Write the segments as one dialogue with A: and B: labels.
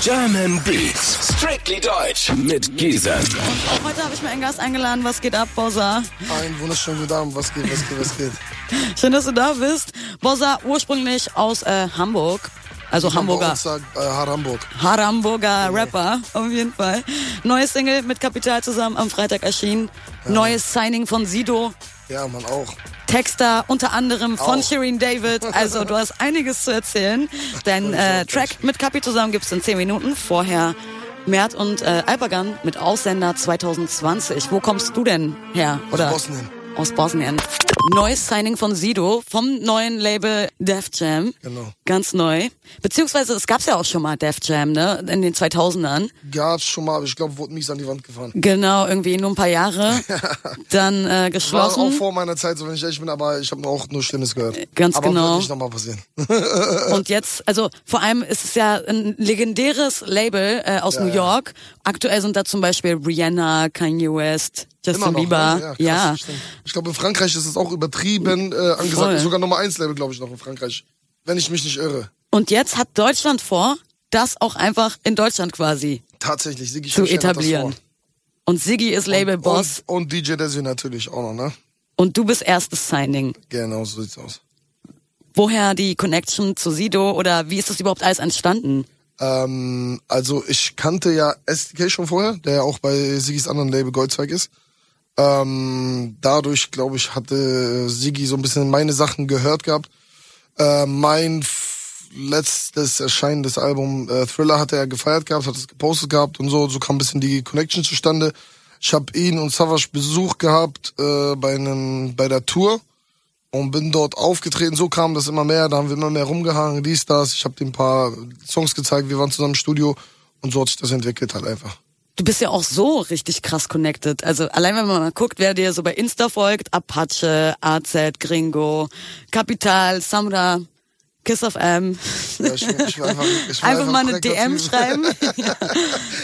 A: German Beats, strictly deutsch mit Giesern.
B: Heute habe ich mir einen Gast eingeladen. Was geht ab, Bossa?
C: Einen wunderschönen guten Abend, was geht, was geht, was geht?
B: Schön, dass du da bist. Bossa, ursprünglich aus äh, Hamburg. Also
C: Bei
B: Hamburger.
C: uns sagt, äh, Har- Hamburg.
B: Haramburger Rapper, auf jeden Fall. Neue Single mit Kapital zusammen am Freitag erschienen. Neues Signing von Sido.
C: Ja, man auch.
B: Texter unter anderem von
C: Auch.
B: Shirin David. Also du hast einiges zu erzählen. Dein äh, Track mit Kapi zusammen gibt's in 10 Minuten. Vorher Mert und äh, Alpagan mit Ausländer 2020. Wo kommst du denn her? Oder?
C: Bosnien.
B: Aus Bosnien. Neues Signing von Sido vom neuen Label Def Jam.
C: Genau.
B: Ganz neu. Beziehungsweise es gab's ja auch schon mal Def Jam, ne? In den 2000ern.
C: Gab's schon mal, aber ich glaube, wurde mies an die Wand gefahren.
B: Genau, irgendwie nur ein paar Jahre. Dann äh,
C: War auch
B: geschlossen.
C: vor meiner Zeit, so wenn ich ehrlich bin, aber ich habe auch nur Schlimmes gehört.
B: Ganz
C: aber
B: genau.
C: Wird nicht nochmal passieren. Äh.
B: Und jetzt, also vor allem ist es ja ein legendäres Label äh, aus New
C: ja.
B: York. Aktuell sind da zum Beispiel Rihanna, Kanye West, Justin Bieber.
C: ne? Ja.
B: ja.
C: krass, stimmt. Ich glaube, in Frankreich ist es auch übertrieben äh, angesagt.
B: Voll.
C: Sogar Nummer 1 Level, glaube ich, noch in Frankreich. Wenn ich mich nicht irre.
B: Und jetzt hat Deutschland vor, das auch einfach in Deutschland quasi
C: Tatsächlich, Sigi
B: zu
C: Schäffchen hat das
B: etablieren. Und Siggi ist
C: vor.
B: Labelboss
C: Und, und DJ Desi natürlich auch noch, ne?
B: und, du bist erstes Signing.
C: Genau, so sieht's aus.
B: Woher die Connection zu Sido oder wie ist das überhaupt alles entstanden?
C: Ähm, also ich kannte ja SDK schon vorher, der ja auch bei Sigis anderen Label Goldzweig ist. Ähm, dadurch, glaube ich, hatte Sigi so ein bisschen meine Sachen gehört gehabt. Äh, mein f- letztes erscheinendes Album äh, Thriller hatte er gefeiert gehabt, hat es gepostet gehabt und so. So kam ein bisschen die Connection zustande. Ich habe ihn und Savage Besuch gehabt äh, bei, einem, bei der Tour und bin dort aufgetreten. So kam das immer mehr. Da haben wir immer mehr rumgehangen, dies, das. Ich habe dem ein paar Songs gezeigt. Wir waren zusammen im Studio und so hat sich das entwickelt halt einfach.
B: Du bist ja auch so richtig krass connected. Also allein wenn man mal guckt, wer dir so bei Insta folgt, Apache, AZ, Gringo, Kapital, Samra, Kiss of M.
C: Ja, ich bin- ich bin einfach- ich bin
B: einfach mal eine
C: korrekter
B: DM
C: Typ.
B: schreiben. ja.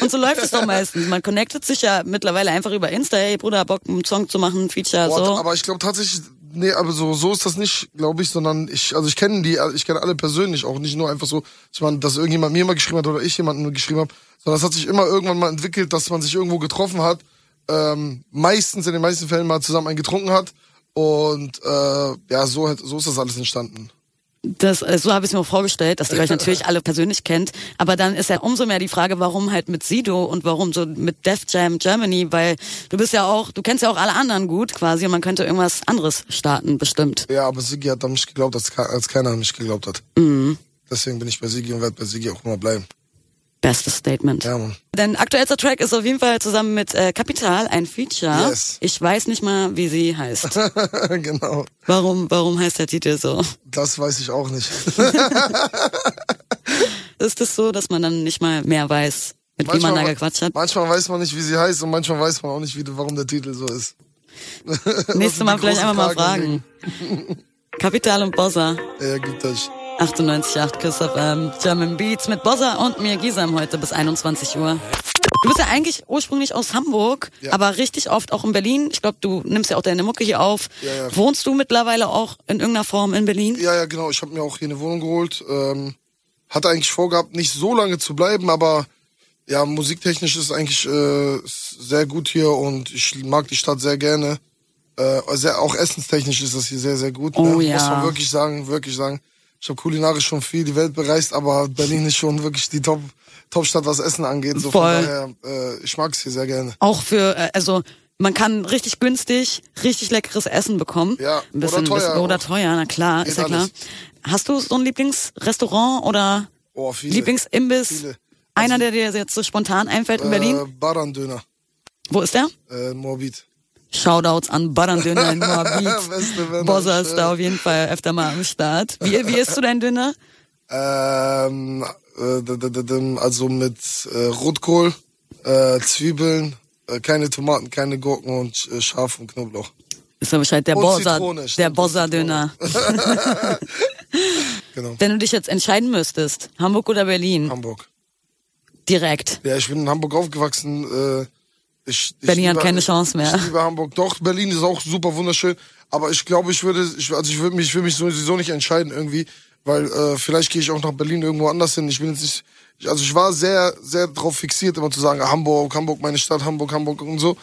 B: Und so läuft es doch meistens. Man connectet sich ja mittlerweile einfach über Insta. Hey Bruder, Bock, einen Song zu machen, ein Feature,
C: Boah,
B: so.
C: Aber ich glaube tatsächlich, nee, aber so, so ist das nicht, glaube ich, sondern ich, also ich kenne die, ich kenne alle persönlich, auch nicht nur einfach so, ich meine, dass irgendjemand mir mal geschrieben hat oder ich jemanden nur geschrieben habe, sondern das hat sich immer irgendwann mal entwickelt, dass man sich irgendwo getroffen hat, ähm, meistens in den meisten Fällen mal zusammen einen getrunken hat und äh, ja, so, hat- so ist das alles entstanden.
B: Das, äh, so habe ich es mir auch vorgestellt, dass ihr euch natürlich alle persönlich kennt. Aber dann ist ja umso mehr die Frage, warum halt mit Sido und warum so mit Def Jam Germany, weil du bist ja auch, du kennst ja auch alle anderen gut quasi und man könnte irgendwas anderes starten, bestimmt.
C: Ja, aber Sigi hat an mich geglaubt, als, ke- als keiner an mich geglaubt hat. Deswegen bin ich bei Sigi und werde bei Sigi auch immer bleiben.
B: Bestes Statement.
C: Ja, Mann.
B: Dein aktuellster Track ist auf jeden Fall zusammen mit äh, Capital ein Feature.
C: Yes.
B: Ich weiß nicht mal, wie sie heißt.
C: genau.
B: Warum, warum heißt der Titel so?
C: Das weiß ich auch nicht.
B: Ist es das so, dass man dann nicht mal mehr weiß, mit wem man da gequatscht hat?
C: manchmal weiß man nicht, wie sie heißt und manchmal weiß man auch nicht, wie, warum der Titel so ist. Das
B: Nächstes
C: sind
B: Mal
C: die
B: vielleicht
C: großen
B: einfach mal fragen.
C: Fragen
B: Capital und Bossa.
C: Ja, gibt euch.
B: 98.8 Kiss FM, German Beats mit Bossa und mir Gisam heute bis 21 Uhr. Du bist ja eigentlich ursprünglich aus Hamburg,
C: Ja.
B: aber richtig oft auch in Berlin. Ich glaube, du nimmst ja auch deine Mucke hier auf.
C: Ja, ja.
B: Wohnst du mittlerweile auch in irgendeiner Form in Berlin?
C: Ja, ja, genau. Ich habe mir auch hier eine Wohnung geholt. Ähm, hatte eigentlich vorgehabt, nicht so lange zu bleiben, aber ja, musiktechnisch ist eigentlich äh, ist sehr gut hier und ich mag die Stadt sehr gerne. Äh, sehr, auch essenstechnisch ist das hier sehr, sehr gut.
B: Oh
C: ne?
B: ja.
C: Muss man wirklich sagen, wirklich sagen. Ich habe kulinarisch schon viel die Welt bereist, aber Berlin ist schon wirklich die Top, Top-Stadt, was Essen angeht. So
B: Voll.
C: Von daher, äh, ich mag es hier sehr gerne.
B: Auch für, äh, also man kann richtig günstig, richtig leckeres Essen bekommen.
C: Ja,
B: ein bisschen,
C: oder teuer
B: Bisschen, oder
C: auch.
B: teuer, na klar,
C: Geht
B: ist ja klar.
C: alles.
B: Hast du so ein Lieblingsrestaurant oder
C: Oh, viele.
B: Lieblingsimbiss?
C: Viele. Also
B: Einer, der dir jetzt so spontan einfällt in
C: Äh,
B: Berlin?
C: Barandöner,
B: Wo ist der?
C: äh, Morbid.
B: Shoutouts an Barandöner in
C: Beste
B: Moabit.
C: Männer,
B: Bossa ist
C: schön.
B: da auf jeden Fall öfter mal am Start. Wie, wie isst du dein Döner?
C: Ähm, äh, d- d- d- d- also mit äh, Rotkohl, äh, Zwiebeln, äh, keine Tomaten, keine Gurken und äh, Schaf und Knoblauch.
B: Ist ja Bescheid, der
C: Und ne?
B: Bossa,
C: Zitrone, stimmt,
B: der
C: und
B: Bossa-Döner.
C: Genau.
B: Wenn du dich jetzt entscheiden müsstest, Hamburg oder Berlin,
C: Hamburg.
B: direkt.
C: Ja, ich bin in Hamburg aufgewachsen. Äh, ich, ich
B: Berlin hat keine Chance mehr.
C: Ich liebe Hamburg. Doch, Berlin ist auch super wunderschön. Aber ich glaube, ich würde, ich, also ich würde mich, ich will mich sowieso nicht entscheiden irgendwie, Weil äh, vielleicht gehe ich auch nach Berlin irgendwo anders hin. Ich bin jetzt nicht. Ich, also ich war sehr, sehr darauf fixiert, immer zu sagen, Hamburg, Hamburg, meine Stadt, Hamburg, Hamburg und so.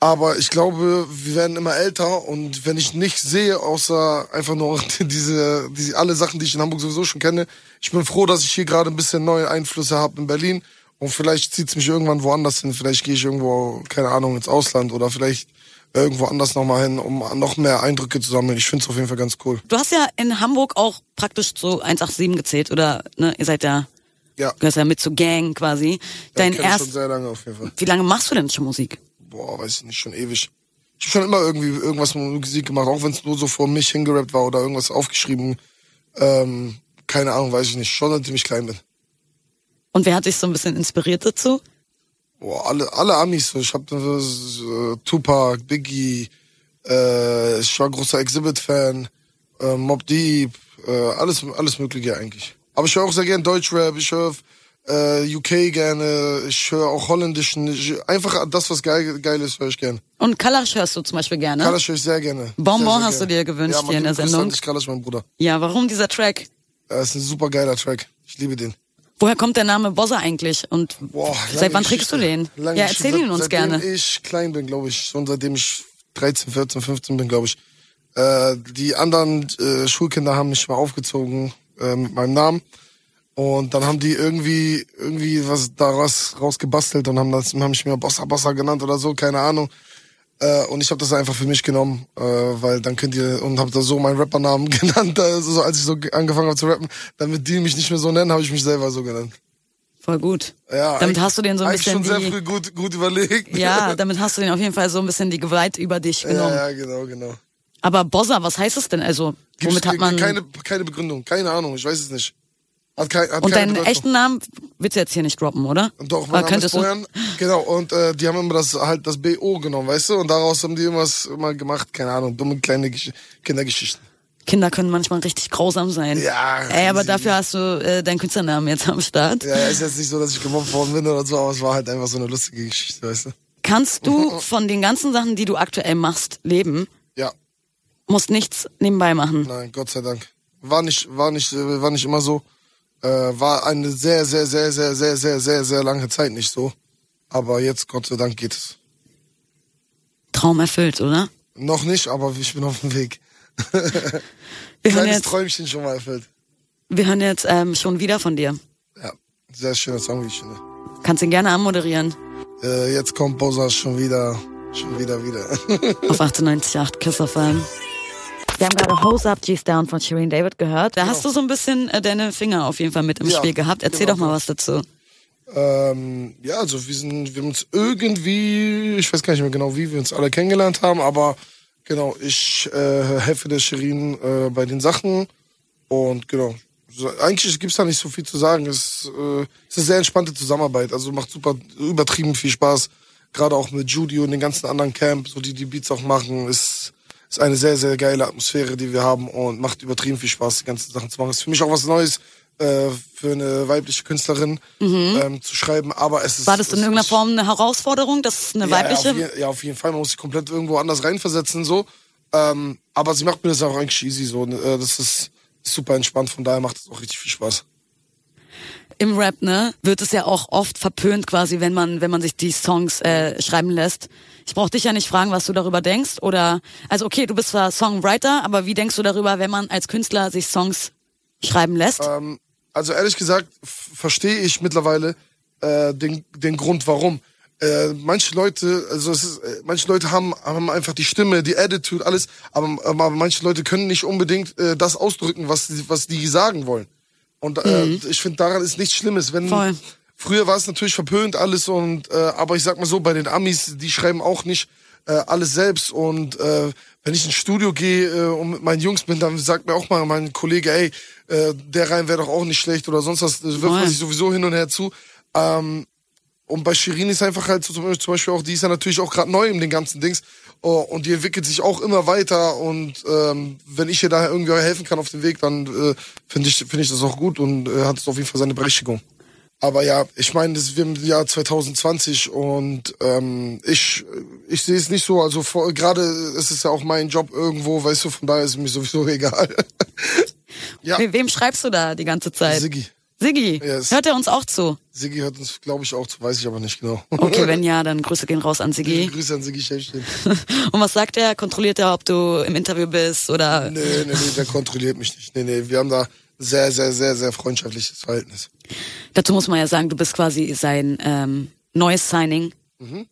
C: Aber ich glaube, wir werden immer älter und wenn ich nicht sehe, außer einfach nur diese, diese alle Sachen, die ich in Hamburg sowieso schon kenne, ich bin froh, dass ich hier gerade ein bisschen neue Einflüsse habe in Berlin und vielleicht zieht's mich irgendwann woanders hin. Vielleicht gehe ich irgendwo, keine Ahnung, ins Ausland oder vielleicht irgendwo anders nochmal hin, um noch mehr Eindrücke zu sammeln. Ich find's auf jeden Fall ganz cool.
B: Du hast ja in Hamburg auch praktisch zu 187 gezählt oder ne, ihr seid ja,
C: Ja,
B: gehörst ja mit zur Gang quasi. Dein
C: kenn ich schon
B: erst,
C: sehr lange auf jeden Fall.
B: wie lange machst du denn schon Musik?
C: boah, weiß ich nicht, schon ewig. Ich habe schon immer irgendwie irgendwas mit Musik gemacht, auch wenn es nur so vor mich hingerappt war oder irgendwas aufgeschrieben. Ähm, keine Ahnung, weiß ich nicht. Schon seitdem ich klein bin.
B: Und wer hat dich so ein bisschen inspiriert dazu?
C: Boah, alle, alle Amis. so. Ich habe äh, Tupac, Biggie, äh, ich war großer Exhibit-Fan, äh, Mob Deep, äh, alles, alles Mögliche eigentlich. Aber ich höre auch sehr gern Deutschrap, ich höre äh, UK gerne, ich höre auch Holländischen. Ich, einfach das, was geil, geil ist, höre ich gern.
B: Und Kalasch hörst du zum Beispiel gerne.
C: Kalasch höre ich sehr gerne.
B: Ne? Bonbon
C: sehr, sehr
B: hast du dir gewünscht
C: ja, Mann,
B: hier in der
C: liebe Grüße
B: Sendung.
C: an dich, Kalasch, halt mein Bruder.
B: Ja, warum dieser Track?
C: Das ist ein super geiler Track. Ich liebe den.
B: Woher kommt der Name Bossa eigentlich? Und
C: Boah, lange
B: seit wann trägst du den?
C: Geschichte. Lange
B: ja,
C: Geschichte.
B: erzähl ihn
C: Seit-
B: uns
C: seitdem
B: gerne.
C: ich klein bin, glaube ich. Schon seitdem ich 13, 14, 15 bin, glaube ich. Äh, die anderen äh, Schulkinder haben mich mal aufgezogen äh, mit meinem Namen. Und dann haben die irgendwie irgendwie was daraus rausgebastelt und haben das haben mich mir Bossa Bossa genannt oder so, keine Ahnung. Äh, und ich habe das einfach für mich genommen, äh, weil dann könnt ihr und habe da so meinen Rappernamen genannt, also so als ich so angefangen habe zu rappen, damit die mich nicht mehr so nennen, habe ich mich selber so genannt.
B: Voll gut.
C: Ja,
B: damit
C: eigentlich-
B: hast du den so ein
C: eigentlich
B: bisschen
C: schon
B: die,
C: sehr früh gut, gut überlegt.
B: ja, damit hast du den auf jeden Fall so ein bisschen die Gewalt über dich genommen.
C: ja, ja, genau, genau.
B: Aber Bossa, was heißt es denn? Also,
C: Gibt's
B: womit hat
C: ge-
B: man.
C: keine, keine Begründung, keine Ahnung, ich weiß es nicht. Hat kein, hat
B: und
C: keine
B: deinen
C: Bedeutung.
B: echten Namen willst du jetzt hier nicht droppen, oder?
C: Doch,
B: Aber
C: mein Name ist
B: könntest du.
C: Bojan. Genau, und äh, die haben immer das halt das BO genommen, weißt du? Und daraus haben die irgendwas immer gemacht, keine Ahnung, dumme kleine Gesch Kindergeschichten.
B: Kinder können manchmal richtig grausam sein.
C: Ja,
B: Ey, aber
C: sie-
B: dafür hast du äh, deinen Künstlernamen jetzt am Start.
C: Ja, ist jetzt nicht so, dass ich gemobbt worden bin oder so, aber es war halt einfach so eine lustige Geschichte, weißt du?
B: Kannst du von den ganzen Sachen, die du aktuell machst, leben?
C: Ja,
B: Musst nichts nebenbei machen.
C: Nein, Gott sei Dank. War nicht, war nicht, äh, war nicht immer so. Äh, war eine sehr, sehr, sehr, sehr, sehr, sehr, sehr, sehr lange Zeit nicht so. Aber jetzt, Gott sei Dank, geht es.
B: Traum erfüllt, oder?
C: Noch nicht, aber ich bin auf dem Weg.
B: Wir hören
C: Kleines
B: jetzt,
C: Träumchen schon mal erfüllt.
B: wir hören jetzt ähm, schon wieder von dir.
C: Ja, sehr schöner Song, wie ich finde.
B: Kannst ihn gerne anmoderieren.
C: Äh, jetzt kommt Bosa schon wieder, schon wieder, wieder.
B: auf 98.8 Kiss auf allem. Wir haben gerade Hose Up, G's Down von Shireen David gehört. Da hast du so ein bisschen äh, deine Finger auf jeden Fall mit im
C: Ja,
B: Spiel gehabt. Erzähl
C: genau.
B: doch mal was dazu.
C: Ähm, ja, also wir sind, wir haben uns irgendwie, ich weiß gar nicht mehr genau, wie wir uns alle kennengelernt haben, aber genau, ich äh, helfe der Shirin äh, bei den Sachen und genau. So, eigentlich gibt's da nicht so viel zu sagen. Es, äh, es ist eine sehr entspannte Zusammenarbeit, also macht super übertrieben viel Spaß. Gerade auch mit Judy und den ganzen anderen Camp, so die die Beats auch machen, ist, ist eine sehr, sehr geile Atmosphäre, die wir haben und macht übertrieben viel Spaß, die ganzen Sachen zu machen. Ist für mich auch was Neues äh, für eine weibliche Künstlerin ähm, zu schreiben, aber es
B: Mhm.
C: ist...
B: War das in
C: es-
B: irgendeiner Form eine Herausforderung, dass es eine weibliche?
C: ja, auf, je- ja, auf jeden Fall. Man muss sich komplett irgendwo anders reinversetzen, so. Ähm, aber sie macht mir das auch eigentlich easy, so. ne? Äh, Das ist super entspannt, von daher macht es auch richtig viel Spaß.
B: Im Rap, ne? Wird es ja auch oft verpönt quasi, wenn man, wenn man sich die Songs äh, schreiben lässt. Ich brauche dich ja nicht fragen, was du darüber denkst. Oder also okay, du bist zwar Songwriter, aber wie denkst du darüber, wenn man als Künstler sich Songs schreiben lässt?
C: Ähm, also ehrlich gesagt f- verstehe ich mittlerweile äh, den, den Grund, warum. Äh, manche Leute, also es ist, äh, manche Leute haben, haben einfach die Stimme, die Attitude, alles, aber, aber manche Leute können nicht unbedingt äh, das ausdrücken, was, sie- was die sagen wollen. Und äh, ich finde, daran ist nichts Schlimmes. Wenn
B: Mhm. Voll.
C: früher war es natürlich verpönt alles und äh, aber ich sag mal so, bei den Amis, die schreiben auch nicht äh, alles selbst und äh, wenn ich ins Studio gehe äh, und mit meinen Jungs bin, dann sagt mir auch mal mein Kollege, ey, äh, der Reim wäre doch auch nicht schlecht oder sonst was, das wirft
B: Voll.
C: man sich sowieso hin und her zu. Ähm, und bei Shirin ist einfach halt so zum Beispiel- zum Beispiel auch, die ist ja natürlich auch gerade neu in den ganzen Dings. Oh, und die entwickelt sich auch immer weiter. Und ähm, wenn ich ihr da irgendwie helfen kann auf dem Weg, dann äh, finde ich, finde ich das auch gut und äh, hat es auf jeden Fall seine Berechtigung. Aber ja, ich meine, das ist wir im Jahr 2020 und ähm, ich, ich sehe es nicht so. Also vor- gerade ist es ja auch mein Job irgendwo, weißt du, von daher ist es mir sowieso egal. Ja.
B: We wem schreibst du da die ganze Zeit?
C: Siggi.
B: Siggi,
C: Yes.
B: hört er uns auch zu?
C: Siggi hört uns, glaube ich, auch zu, weiß ich aber nicht genau.
B: Okay, wenn ja, dann Grüße gehen raus an
C: Liebe
B: Siggi.
C: Grüße an Siggi Schäfchen.
B: Und was sagt er? Kontrolliert er, ob du im Interview bist oder?
C: Nee, nee, nee, der kontrolliert mich nicht. Nee, nee, wir haben da sehr, sehr, sehr, sehr freundschaftliches Verhältnis.
B: Dazu muss man ja sagen, du bist quasi sein ähm, neues Signing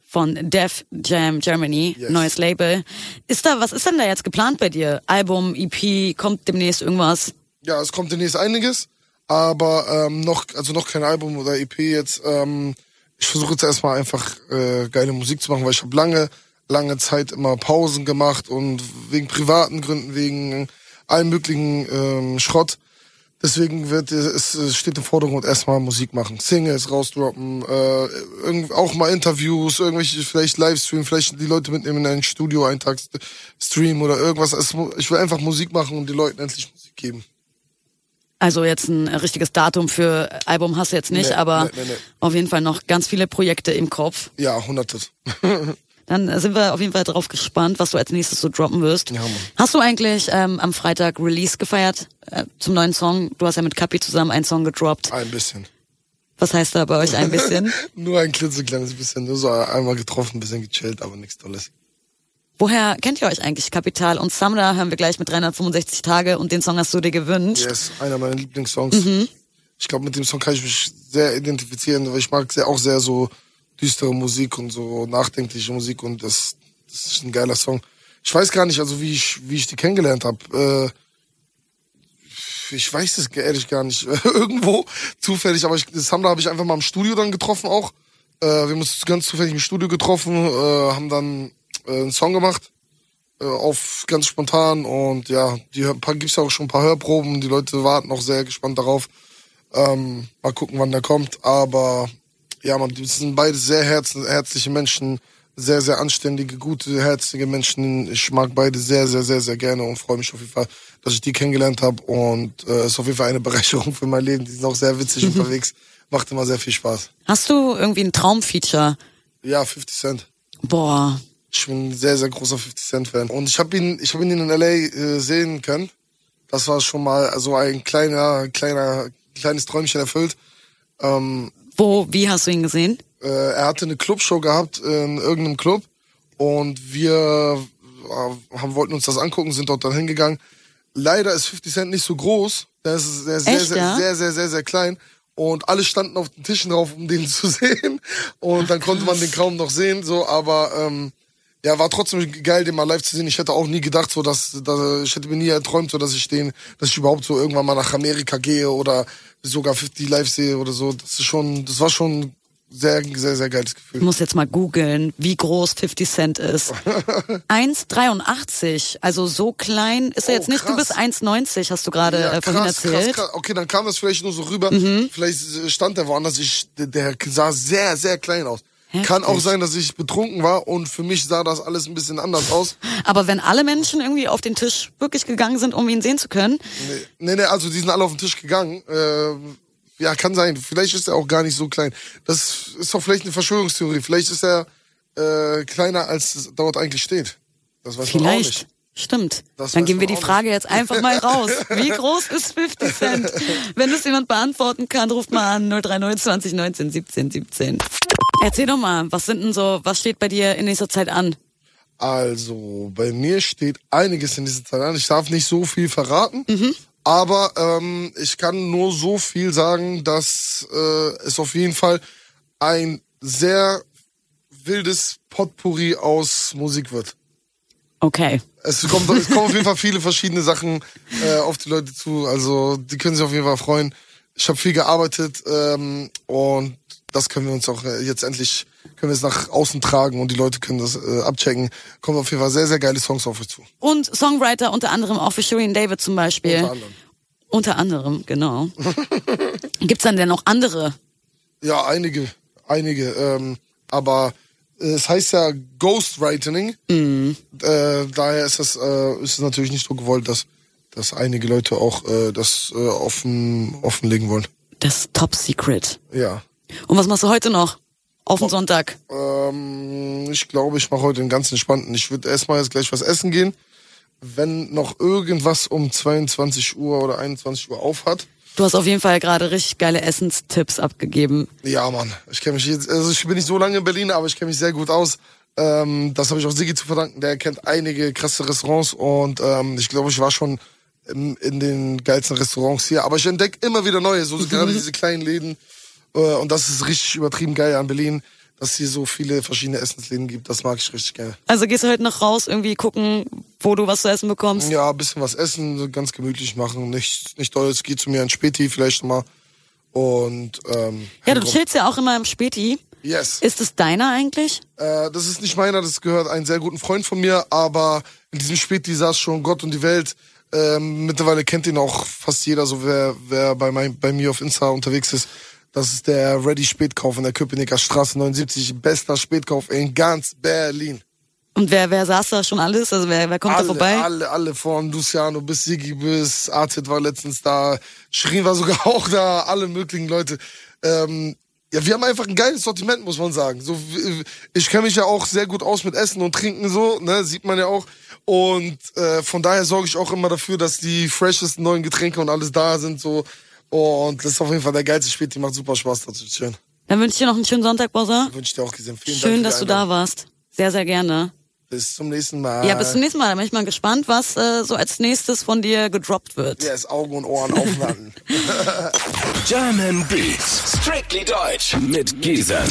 B: von Def Jam Germany,
C: Mhm. Yes.
B: neues Label. Ist da, was ist denn da jetzt geplant bei dir? Album, EP, kommt demnächst irgendwas?
C: Ja, es kommt demnächst einiges, aber ähm, noch, also noch kein Album oder EP jetzt. Ähm, ich versuche jetzt erstmal einfach äh, geile Musik zu machen, weil ich habe lange, lange Zeit immer Pausen gemacht und wegen privaten Gründen, wegen allem möglichen ähm, Schrott. Deswegen wird äh, es es steht im Vordergrund erstmal Musik machen, Singles rausdroppen, äh, irgend, auch mal Interviews, irgendwelche vielleicht Livestream, vielleicht die Leute mitnehmen in ein Studio einen Tag streamen oder irgendwas. Es, mu- ich will einfach Musik machen und den Leuten endlich Musik geben.
B: Also jetzt ein richtiges Datum für Album hast du jetzt nicht,
C: Nee,
B: aber
C: nee, nee, nee.
B: auf jeden Fall noch ganz viele Projekte im Kopf.
C: Ja, hunderte.
B: Dann äh, sind wir auf jeden Fall drauf gespannt, was du als nächstes so droppen wirst.
C: Ja, Mann.
B: hast du eigentlich ähm, am Freitag Release gefeiert äh, zum neuen Song? Du hast ja mit Kapi zusammen einen Song gedroppt.
C: Ein bisschen.
B: Was heißt da bei euch ein bisschen?
C: Nur ein klitzekleines bisschen. Nur so einmal getroffen, ein bisschen gechillt, aber nichts Tolles.
B: Woher kennt ihr euch eigentlich? Kapital und Samra hören wir gleich mit 365 Tage und den Song hast du dir gewünscht.
C: Der ist einer meiner Lieblingssongs. Ich glaube, mit dem Song kann ich mich sehr identifizieren, weil ich mag sehr, auch sehr so düstere Musik und so nachdenkliche Musik und das, das ist ein geiler Song. Ich weiß gar nicht, also wie ich, wie ich die kennengelernt habe. Äh, ich weiß es ehrlich gar nicht. Irgendwo zufällig, aber ich, Samra habe ich einfach mal im Studio dann getroffen auch. Äh, wir haben uns ganz zufällig im Studio getroffen, äh, haben dann äh, einen Song gemacht äh, auf ganz spontan und ja, die Hör- paar- gibt's ja auch schon ein paar Hörproben, die Leute warten auch sehr gespannt darauf. Ähm, mal gucken, wann der kommt, aber ja, man, die sind beide sehr herz herzliche Menschen, sehr, sehr anständige, gute, herzige Menschen. Ich mag beide sehr, sehr, sehr, sehr gerne und freue mich auf jeden Fall, dass ich die kennengelernt habe und äh, ist auf jeden Fall eine Bereicherung für mein Leben. Die sind auch sehr witzig unterwegs, macht immer sehr viel Spaß.
B: Hast du irgendwie ein Traumfeature?
C: Ja, 50 Cent.
B: Boah,
C: Ich bin ein sehr, sehr großer 50 Cent Fan. Und ich habe ihn, ich habe ihn in LA äh, sehen können. Das war schon mal also ein kleiner, kleiner, kleines Träumchen erfüllt. Ähm,
B: wo, wie hast du ihn gesehen?
C: äh, er hatte eine Clubshow gehabt in irgendeinem Club und wir äh, haben, wollten uns das angucken, sind dort dann hingegangen. Leider ist 50 Cent nicht so groß. Der ist sehr, sehr,
B: Echt,
C: sehr,
B: ja?
C: sehr, sehr, sehr, sehr klein. Und alle standen auf den Tischen drauf, um den zu sehen. Und dann konnte man den kaum noch sehen, so, aber ähm, ja, war trotzdem geil, den mal live zu sehen. Ich hätte auch nie gedacht, so dass, dass ich hätte mir nie erträumt, so dass ich den, dass ich überhaupt so irgendwann mal nach Amerika gehe oder sogar 50 live sehe oder so. Das ist schon, das war schon sehr, sehr, sehr geiles
B: Ich
C: Gefühl.
B: muss jetzt mal googeln, wie groß 50 Cent ist. 1,83, also so klein ist er
C: Oh,
B: jetzt nicht. Du
C: krass.
B: bist 1,90, hast du gerade
C: Ja,
B: äh, vorhin erzählt. Mhm.
C: krass. Okay, dann kam das vielleicht nur so rüber. Vielleicht stand der woanders. Ich, der, der sah sehr, sehr klein aus.
B: Heftig.
C: Kann auch sein, dass ich betrunken war und für mich sah das alles ein bisschen anders aus.
B: Aber wenn alle Menschen irgendwie auf den Tisch wirklich gegangen sind, um ihn sehen zu können,
C: Nee, nee, nee, also die sind alle auf den Tisch gegangen. Ähm, ja, kann sein. Vielleicht ist er auch gar nicht so klein. Das ist doch vielleicht eine Verschwörungstheorie. Vielleicht ist er äh, kleiner, als es dort eigentlich steht. Das weiß man auch
B: Vielleicht.
C: nicht.
B: Stimmt.
C: Das
B: Dann
C: weiß
B: geben wir
C: man
B: die
C: auch
B: Frage jetzt einfach mal raus. Wie groß ist 50 Cent? Wenn es jemand beantworten kann, ruft mal an 030 20 19 17 17. Erzähl doch mal, was sind denn so, was steht bei dir in nächster Zeit an?
C: Also, bei mir steht einiges in dieser Zeit an. Ich darf nicht so viel verraten, aber ähm, ich kann nur so viel sagen, dass äh, es auf jeden Fall ein sehr wildes Potpourri aus Musik wird.
B: Okay.
C: Es, kommt, es kommen auf jeden Fall viele verschiedene Sachen äh, auf die Leute zu. Also die können sich auf jeden Fall freuen. Ich habe viel gearbeitet ähm, und das können wir uns auch äh, jetzt endlich können wir es nach außen tragen und die Leute können das äh, abchecken. Kommen auf jeden Fall sehr sehr geile Songs auf euch zu.
B: Und Songwriter unter anderem auch für Shireen David zum Beispiel.
C: Unter anderem.
B: Unter anderem, genau. Gibt's dann denn noch andere?
C: Ja, einige, einige. Ähm, aber äh, es heißt ja Ghostwriting. Äh, daher ist es, äh, ist es natürlich nicht so gewollt, dass dass einige Leute auch äh, das äh, offen offenlegen wollen.
B: Das ist Top Secret.
C: Ja.
B: Und was machst du heute noch? Auf den Sonntag.
C: Ähm, ich glaube, ich mache heute einen ganz entspannten. Ich würde erstmal jetzt gleich was essen gehen. wenn noch irgendwas um 22 Uhr oder 21 Uhr auf hat.
B: Du hast auf jeden Fall gerade richtig geile Essenstipps abgegeben.
C: Ja, Mann, ich kenne mich jetzt, also ich bin nicht so lange in Berlin, aber ich kenne mich sehr gut aus. Ähm, das habe ich auch Sigi zu verdanken, der kennt einige krasse Restaurants und ähm, ich glaube, ich war schon in, in den geilsten Restaurants hier. Aber ich entdecke immer wieder neue, so gerade diese kleinen Läden. Äh, und das ist richtig übertrieben geil an Berlin, dass hier so viele verschiedene Essensläden gibt. Das mag ich richtig gerne.
B: Also gehst du heute noch raus, irgendwie gucken, wo du was zu essen bekommst.
C: Ja, ein bisschen was essen, so ganz gemütlich machen, nicht, nicht doll, es geht zu mir ein Späti vielleicht mal. Und ähm,
B: Ja, du
C: Hemdruck.
B: chillst ja auch immer im Späti.
C: Yes.
B: Ist es deiner eigentlich?
C: Äh, das ist nicht meiner, das gehört einem sehr guten Freund von mir, aber in diesem Späti saß schon Gott und die Welt. Ähm, mittlerweile kennt ihn auch fast jeder, so wer, wer bei, mein, bei mir auf Insta unterwegs ist. Das ist der Ready Spätkauf in der Köpenicker Straße 79, bester Spätkauf in ganz Berlin.
B: Und wer, wer saß da schon alles? Also wer, wer kommt
C: alle,
B: da vorbei?
C: alle, alle von Luciano bis Sigi bis Artit war letztens da, Shirin war sogar auch da, alle möglichen Leute. Ähm, ja, wir haben einfach ein geiles Sortiment, muss man sagen. So, w- ich kenne mich ja auch sehr gut aus mit Essen und Trinken so, ne, sieht man ja auch. Und äh, von daher sorge ich auch immer dafür, dass die freshesten neuen Getränke und alles da sind so. Und das ist auf jeden Fall der geilste Spät, die macht super Spaß dazu. Schön.
B: Dann wünsche ich dir noch einen schönen Sonntag, Bossa.
C: Wünsche ich dir auch gesehen. Vielen Dank.
B: Schön,
C: für die
B: dass du da
C: Einladung. Äh.
B: warst. Sehr, sehr gerne.
C: Bis zum nächsten Mal.
B: Ja, bis zum nächsten Mal. Da bin ich mal gespannt, was äh, so als nächstes von dir gedroppt wird.
C: Yes, Augen und Ohren aufladen.
A: German Beats. Strictly Deutsch. Mit Giesern.